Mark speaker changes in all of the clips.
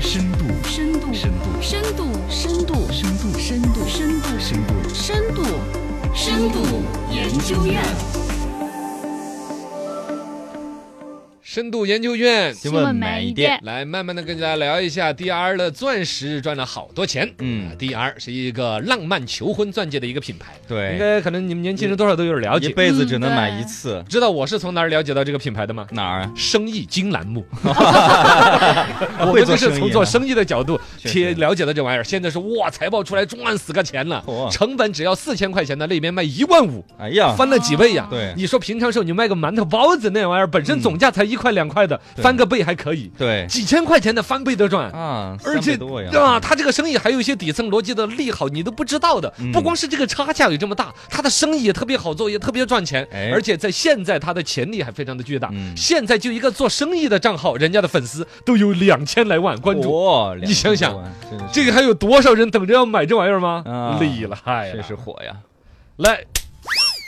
Speaker 1: 深度，
Speaker 2: 深度，
Speaker 1: 深度，
Speaker 2: 深度，
Speaker 3: 深度，
Speaker 1: 深度，
Speaker 3: 深度，
Speaker 2: 深度，
Speaker 1: 深度，
Speaker 2: 深度，深度研究院。
Speaker 4: 深度研究院
Speaker 2: 新闻买一点，
Speaker 4: 来慢慢的跟大家聊一下 DR 的钻石赚了好多钱。啊
Speaker 5: 嗯
Speaker 4: ，DR 是一个浪漫求婚钻戒的一个品牌，应
Speaker 5: 对，
Speaker 4: 该可能你们年轻人多少都有点了
Speaker 5: 一
Speaker 4: 解。
Speaker 5: 辈子只能买一
Speaker 2: 嗯
Speaker 5: 次，
Speaker 4: 知道我是从哪儿了解到这个品牌的吗？
Speaker 5: 哪儿啊？
Speaker 4: 生意经栏目，我
Speaker 5: 会
Speaker 4: 们
Speaker 5: 做
Speaker 4: 这
Speaker 5: 生意啊
Speaker 4: 是从做生意的角度
Speaker 5: 确实
Speaker 4: 贴了解到这玩意儿。现在是哇，财报出来中万死个钱了
Speaker 5: 嚯，
Speaker 4: 成本只要四千块钱的，那边卖一万五，
Speaker 5: 哎呀，
Speaker 4: 翻了几倍呀！
Speaker 5: 对
Speaker 4: 你说平常时候你卖个馒头包子那玩意儿，本身总价才一块两块的，
Speaker 5: 嗯对
Speaker 4: 翻个倍还可以，
Speaker 5: 对
Speaker 4: 几千块钱的翻倍的赚。
Speaker 5: 啊，
Speaker 4: 而且
Speaker 5: 300多呀，
Speaker 4: 啊，他这个生意还有一些底层逻辑的利好，你都不知道的。
Speaker 5: 嗯
Speaker 4: 不光是这个差价有这么大，他的生意也特别好做，也特别赚钱，
Speaker 5: 哎
Speaker 4: 而且在现在他的潜力还非常的巨大。
Speaker 5: 嗯
Speaker 4: 现在就一个做生意的账号，人家的粉丝都有两千来万关注，
Speaker 5: 哇，
Speaker 4: 你想想
Speaker 5: 两千多万，
Speaker 4: 这
Speaker 5: 这
Speaker 4: 个
Speaker 5: 个
Speaker 4: 还有多少人等着要买这玩意儿吗？
Speaker 5: 啊
Speaker 4: 厉害
Speaker 5: 确
Speaker 4: 了！
Speaker 5: 实火呀。
Speaker 4: 来，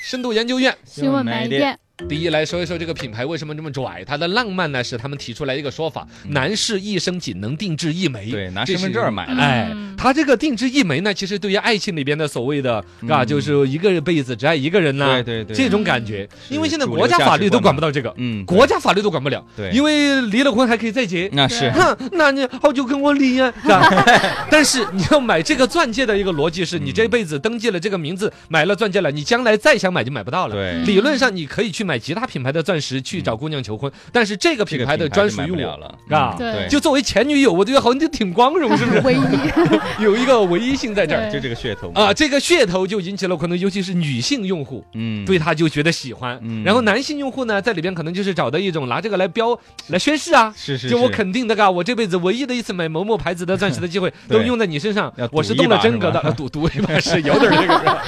Speaker 4: 深度研究院
Speaker 2: 新闻买一点，
Speaker 4: 第一来说一说这个品牌为什么这么拽，它的浪漫呢是他们提出来一个说法：男士一生仅能定制一枚，
Speaker 5: 嗯对，拿
Speaker 4: 这
Speaker 5: 身
Speaker 4: 是
Speaker 5: 份证儿买的，
Speaker 4: 哎
Speaker 2: 嗯，
Speaker 4: 他这个定制一枚呢，其实对于爱情里边的所谓的啊，
Speaker 5: 嗯
Speaker 4: 就是一个辈子只爱一个人呐，
Speaker 5: 对对对，
Speaker 4: 这种感觉，
Speaker 5: 是
Speaker 4: 因为现在
Speaker 5: 主
Speaker 4: 国
Speaker 5: 流
Speaker 4: 家
Speaker 5: 价
Speaker 4: 法
Speaker 5: 值
Speaker 4: 律都
Speaker 5: 观
Speaker 4: 管不
Speaker 5: 嘛
Speaker 4: 到这个，
Speaker 5: 嗯，
Speaker 4: 国家法律都管不了，
Speaker 5: 对，嗯
Speaker 4: 因
Speaker 5: 为
Speaker 4: 为离了婚还可以再结。
Speaker 5: 那是
Speaker 4: 哼，那你好久跟我离呀、是 吧？但是你要买这个钻戒的一个逻辑
Speaker 5: 嗯
Speaker 4: 是，你这辈子登记了这个名字，买了钻戒了，你将来再想买就买不到了。
Speaker 5: 对嗯
Speaker 4: 理论上你可以去买其他品牌的钻石去找姑娘求婚，但是这个
Speaker 5: 这
Speaker 4: 品
Speaker 5: 个
Speaker 4: 牌的专属于
Speaker 5: 就买不
Speaker 4: 我
Speaker 5: 了，了，
Speaker 4: 啊
Speaker 5: 嗯
Speaker 2: 对
Speaker 4: 就作为前女友，我觉得好像就挺光荣，是不是？
Speaker 2: 唯一
Speaker 4: 有一个唯一性在这儿
Speaker 2: 对
Speaker 5: 就这个噱头嘛
Speaker 4: 啊，，这个噱头就引起了可能尤其是女性用户
Speaker 5: 嗯，
Speaker 4: 对它就觉得喜欢，
Speaker 5: 嗯
Speaker 4: 然后男性用户呢在里边可能就是找到一种拿这个来标来宣誓啊。
Speaker 5: 是是，
Speaker 4: 就我
Speaker 5: 是
Speaker 4: 肯定的啊嘎，我这辈子唯一的一次买某某牌子的钻石的机会，
Speaker 5: 对
Speaker 4: 都用在你身上
Speaker 5: 要，赌
Speaker 4: 我是动了真格的，
Speaker 5: 一把
Speaker 4: 啊赌赌一把是有点这个是吧，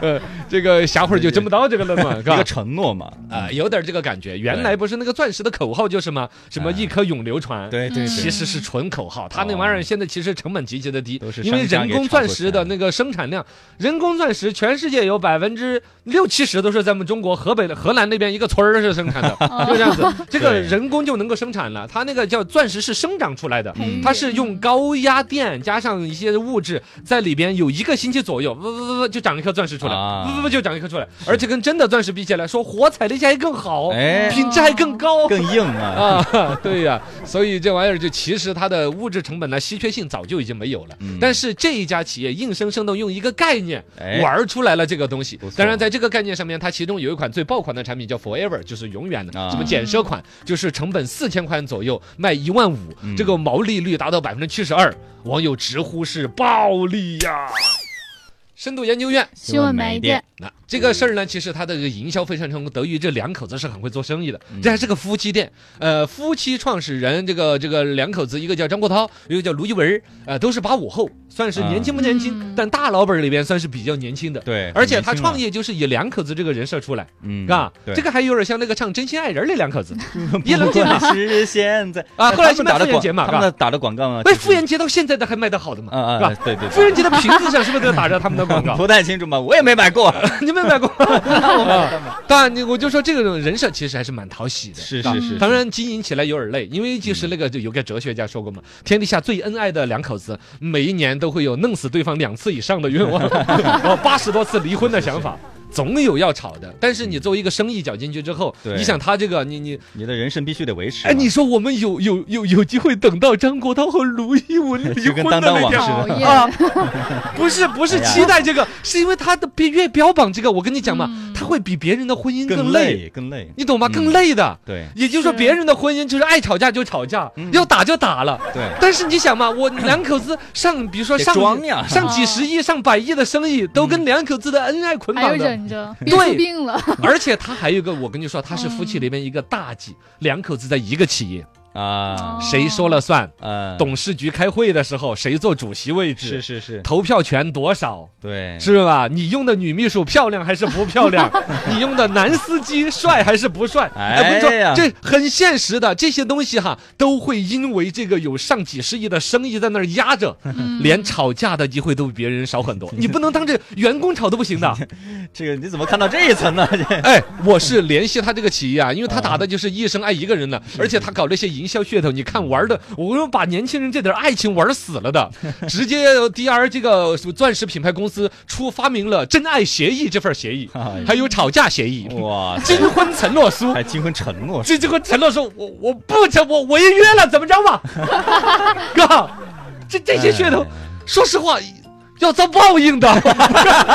Speaker 4: 呃，这个下回儿就争不到这个了 嘛，是
Speaker 5: 一
Speaker 4: 吧
Speaker 5: 个？承诺嘛，
Speaker 4: 啊，有点这个感觉。原来不是那个钻石的口号就是吗？什
Speaker 5: 哎
Speaker 4: 么一颗永流传，
Speaker 5: 对对
Speaker 4: 其
Speaker 5: 对，
Speaker 4: 实是纯口号，它那玩意儿现在其实成本极其的低
Speaker 5: 都，是
Speaker 4: 因为人工钻石的那个生产量，人工钻石全世界有百分之六七十都是咱们中国河北的河南那边一个村儿是生产 的，
Speaker 5: 哦
Speaker 4: 就这样子，这个
Speaker 5: 对
Speaker 4: 人工就能够生产了。它那个叫钻石是生长出来的，
Speaker 5: 嗯
Speaker 4: 它是用高压电加上一些物质在里边，有一个星期左右，呜呜呜呜就长一颗钻石出来，
Speaker 5: 啊
Speaker 4: 呜呜呜就长一颗出来，而且跟真的钻石比起来，说火彩的一下还更好，
Speaker 5: 哎，
Speaker 4: 品质还更高，
Speaker 5: 更硬啊，
Speaker 4: 啊，对呀、所以这玩意儿就其实它的物质成本呢，稀缺性早就已经没有了。
Speaker 5: 嗯
Speaker 4: 但是这一家企业硬生生的用一个概念
Speaker 5: 哎
Speaker 4: 玩儿出来了这个东西
Speaker 5: 不。错
Speaker 4: 当然，在这个概念上面，它其中有一款最爆款的产品叫 Forever，就是永远的，
Speaker 5: 啊
Speaker 4: 什么减奢款，就是成本四千块钱左右，卖一万五，
Speaker 5: 嗯
Speaker 4: 这个毛利率达到百分之七十二，网友直呼是暴利呀、深度研究院
Speaker 2: 新闻买一点，
Speaker 4: 那这个事儿呢，其实它的这个营销非常成功，得益于这两口子是很会做生意的。
Speaker 5: 嗯
Speaker 4: 这还是个夫妻店，呃，夫妻创始人这个这个两口子，一个叫张国焘，一个叫卢一文，呃，都是八五后，算是年轻不年轻，
Speaker 2: 嗯
Speaker 4: 但大老板儿里边算是比较年轻的。
Speaker 5: 啊对，
Speaker 4: 而且他创
Speaker 5: 业，
Speaker 4: 业就是以两口子这个人设出来，
Speaker 5: 啊嗯，
Speaker 4: 嘎、
Speaker 5: 对啊
Speaker 4: 这个还有点像那个唱《真心爱人》那两口 子，
Speaker 5: 也
Speaker 4: 也能
Speaker 5: 能
Speaker 4: 进来。
Speaker 5: 是现在
Speaker 4: 啊后来是卖
Speaker 5: 打的
Speaker 4: 妇炎洁嘛
Speaker 5: 广，他们
Speaker 4: 是
Speaker 5: 的打的广告啊，
Speaker 4: 哎，
Speaker 5: 其实
Speaker 4: 妇炎洁到现在的还卖得好的嘛，
Speaker 5: 啊啊，
Speaker 4: 是吧
Speaker 5: 啊对对，
Speaker 4: 妇
Speaker 5: 对
Speaker 4: 炎洁的瓶子上是不是都打着他们的广告？
Speaker 5: 不太清楚嘛，我也没买过，
Speaker 4: 你没买过？啊当然，你我就说这种人设其实还 是蛮讨喜的。
Speaker 5: 是
Speaker 4: 吧
Speaker 5: 是是，
Speaker 4: 当然经营起来有点累，因为就是那个就有个哲学家说过嘛，天底下最恩爱的两口子，每一年都会有弄死对方两次以上的愿望， 然后八十多次离婚的想法。总有要吵的，但是你作为一个生意搅进去之后，
Speaker 5: 对
Speaker 4: 你想他这个，你你，
Speaker 5: 你的人生必须得维持嘛，
Speaker 4: 哎，你说我们有有有有机会等到张国焘和卢一文离
Speaker 5: 就
Speaker 4: 婚
Speaker 5: 跟
Speaker 4: 的
Speaker 5: 当当
Speaker 4: 那
Speaker 5: 网
Speaker 4: 天
Speaker 5: 似
Speaker 4: 啊
Speaker 5: 的
Speaker 2: 讨厌
Speaker 4: 啊，不是不是
Speaker 5: 哎呀
Speaker 4: 期待这 个，是因为他的别越标榜这个，我跟你讲嘛，
Speaker 2: 嗯
Speaker 4: 他会比别人的婚姻
Speaker 5: 更
Speaker 4: 累，
Speaker 5: 累更累，
Speaker 4: 你懂吗？
Speaker 5: 嗯
Speaker 4: 更累的，
Speaker 5: 对
Speaker 4: 也就是说，
Speaker 2: 是
Speaker 4: 别人的婚姻就是爱吵架就吵架，
Speaker 5: 嗯
Speaker 4: 要打就打了。
Speaker 5: 对，
Speaker 4: 但是你想嘛，我两口子上，比如说
Speaker 5: 得
Speaker 4: 上
Speaker 5: 装呀哦嗯
Speaker 4: 上几十亿、上百亿的生意，都跟两口子的恩爱捆
Speaker 2: 还要
Speaker 4: 绑的。
Speaker 2: 忍着，
Speaker 4: 对
Speaker 2: 憋出病了，
Speaker 4: 而且他还有一个，我跟你说，他是夫妻里面一个大忌，
Speaker 5: 嗯
Speaker 4: 两口子在一个企业，
Speaker 5: 啊
Speaker 4: 谁说了算？
Speaker 5: 呃，
Speaker 4: 董事局开会的时候，谁坐主席位置？
Speaker 5: 是是是，
Speaker 4: 投票权多少？
Speaker 5: 对，
Speaker 4: 是吧？你用的女秘书漂亮还是不漂亮？你用的男司机帅还是不帅？哎，不是
Speaker 5: 哎呀
Speaker 4: 说这很现实的，这些东西哈，都会因为这个有上几十亿的生意在那儿压着，连吵架的机会都比别人少很多。你不能当着员工吵都不行的。
Speaker 5: 这个你怎么看到这一 层呢？这
Speaker 4: 哎，我是联系他这个企业啊，因为他打的就是一生爱一个人呢，而且他搞那些营营销噱头，你看玩的，我们把年轻人这点爱情玩死了 的，直接 DR 这个钻石品牌公司出发明了真爱协议这份协议，
Speaker 5: 哎呀
Speaker 4: 还有吵架协议，
Speaker 5: 哇 塞，
Speaker 4: 金婚承诺书。
Speaker 5: 还金婚承诺，
Speaker 4: 这这个陈老师，我我不成，我违约了，怎么着吧？ 哥，这这些噱头
Speaker 5: 哎，
Speaker 4: 说实话。要遭报应的，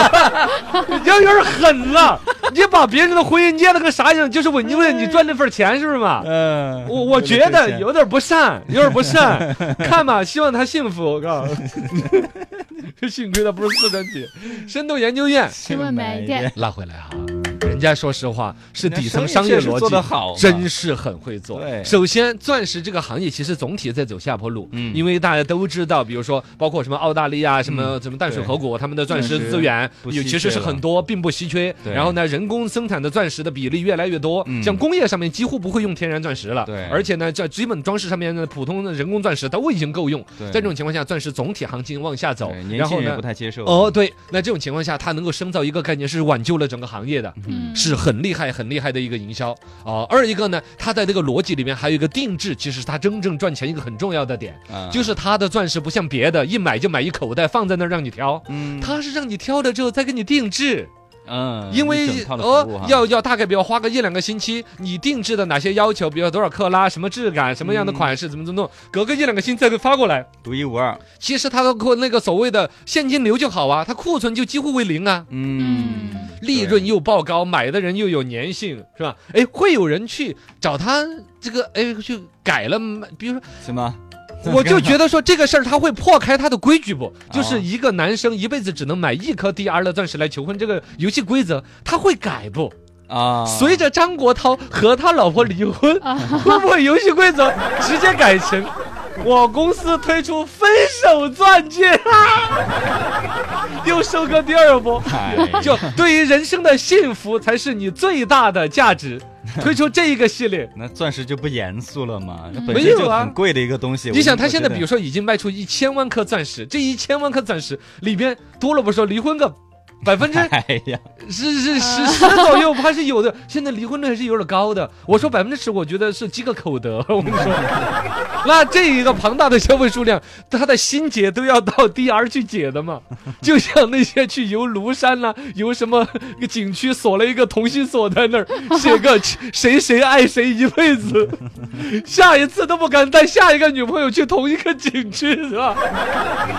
Speaker 4: 要有点狠了。你把别人的婚姻捏了个啥样？就是稳，因为你赚那份钱，是不是嘛？
Speaker 5: 嗯，
Speaker 4: 我我觉得有点不善，有点不善。看吧，希望他幸福。我告诉你， 幸亏他不是四川籍。深度研究院
Speaker 5: 新
Speaker 1: 闻买一件，
Speaker 4: 拉回来哈、人家说实话是底层商业
Speaker 5: 人家生
Speaker 4: 逻辑
Speaker 5: 意确实做得好嘛
Speaker 4: 真是很会做。
Speaker 5: 对
Speaker 4: 首先钻石这个行业其实总体在走下坡路，
Speaker 5: 嗯
Speaker 4: 因为大家都知道，比如说包括什么澳大利亚、什
Speaker 5: 嗯
Speaker 4: 么什么淡水河谷，他们的钻石
Speaker 5: 钻石
Speaker 4: 资源
Speaker 5: 不稀
Speaker 4: 有其实
Speaker 5: 缺
Speaker 4: 是
Speaker 5: 了
Speaker 4: 很多，并不稀缺。
Speaker 5: 对
Speaker 4: 然后呢，人工生产的钻石的比例越来越多，
Speaker 5: 嗯
Speaker 4: 像工业上面几乎不会用天然钻石了，
Speaker 5: 对
Speaker 4: 而且呢，这基本装饰上面的普通的人工钻石都已经够用。
Speaker 5: 对
Speaker 4: 在这种情况下，钻石总体行情往下走
Speaker 5: 对，年
Speaker 4: 然后
Speaker 5: 轻人
Speaker 4: 呢
Speaker 5: 不，太接受，
Speaker 4: 哦，对，那这种情况下，它能够生造一个概念，是挽救了整个行业的。
Speaker 1: 嗯
Speaker 4: 是很厉害、很厉害的一个营销啊、二一个呢，它在这个逻辑里面还有一个定制，其实是它真正赚钱一个很重要的点，
Speaker 1: 嗯
Speaker 5: 啊，
Speaker 4: 就是它的钻石不像别的，一买就买一口袋放在那儿让你挑，
Speaker 5: 嗯
Speaker 4: 它是让你挑了之后再给你定制。
Speaker 5: 嗯，
Speaker 4: 因为
Speaker 5: 一整套的服务
Speaker 4: 哦
Speaker 5: 哈，
Speaker 4: 要要大概比如花个一两个星期，你定制的哪些要求，比如说多少克拉、什么质感、什么样
Speaker 5: 嗯
Speaker 4: 的款式，怎么怎么弄，隔个一两个星期再给发过来。
Speaker 5: 独一无二，
Speaker 4: 其实它的库那个所谓的现金流就好啊，它库存就几乎为零啊，
Speaker 5: 嗯，
Speaker 4: 利润又爆高，买的人又有粘性，是吧？哎，会有人去找他这个哎去改了，比如说。
Speaker 5: 什么？
Speaker 4: 我就觉得说这个啊事儿他会破开他的规矩不？就是一个男生一辈子只能买一颗 DR 的钻石来求婚这个游戏规则，他会改不？
Speaker 5: 啊，
Speaker 4: 随着张国焘和他老婆离婚，会不会游戏规则 直接改成我公司推出分手钻戒 啦？又收割第二波。
Speaker 5: 哎
Speaker 4: 就对于人生的幸福才是你最大的价值。推出这一个系列，
Speaker 5: 那钻石就不严肃了嘛，那本
Speaker 4: 没
Speaker 5: 身
Speaker 4: 有
Speaker 5: 就
Speaker 4: 啊
Speaker 5: 很贵的一个东西。
Speaker 4: 你想他现在比如
Speaker 5: 说，
Speaker 4: 说已经卖出一千万颗钻石，这一千万颗钻石里边多了不说，离婚个百分之
Speaker 5: 哎呀，
Speaker 4: 是是十十左右还是有的。现在离婚率还是有点高的。我说百分之十，我觉得是饥个口德。我跟你
Speaker 5: 嗯
Speaker 4: 说， 那这一个庞大的消费数量，他的心结都要到 DR 去解的 嘛。就像那些去游庐山啦、游什么一个景区锁了一个同心锁在那儿，写 个谁谁爱谁一辈子，下一次都不敢带下一个女朋友去同一个景区，是吧？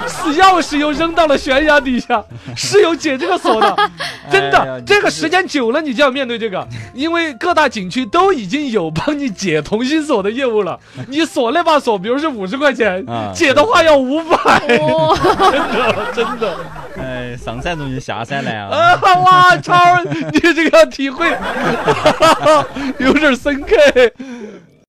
Speaker 4: 死钥匙又扔到了悬崖底下，是有解这个锁的。 真
Speaker 5: 哎呀
Speaker 4: 的，
Speaker 5: 你
Speaker 4: 这个
Speaker 5: 真是
Speaker 4: 时间久了，你就要面对这个，因为各大景区都已经有帮你解同心锁的业务了。你锁那把锁，比如是五十块钱
Speaker 5: 啊，
Speaker 4: 解的话要五百，
Speaker 1: 哦，
Speaker 4: 真的
Speaker 5: 哎，上山容易下山难啊，
Speaker 4: 啊！ 哇，超儿，你这个体会有点深刻。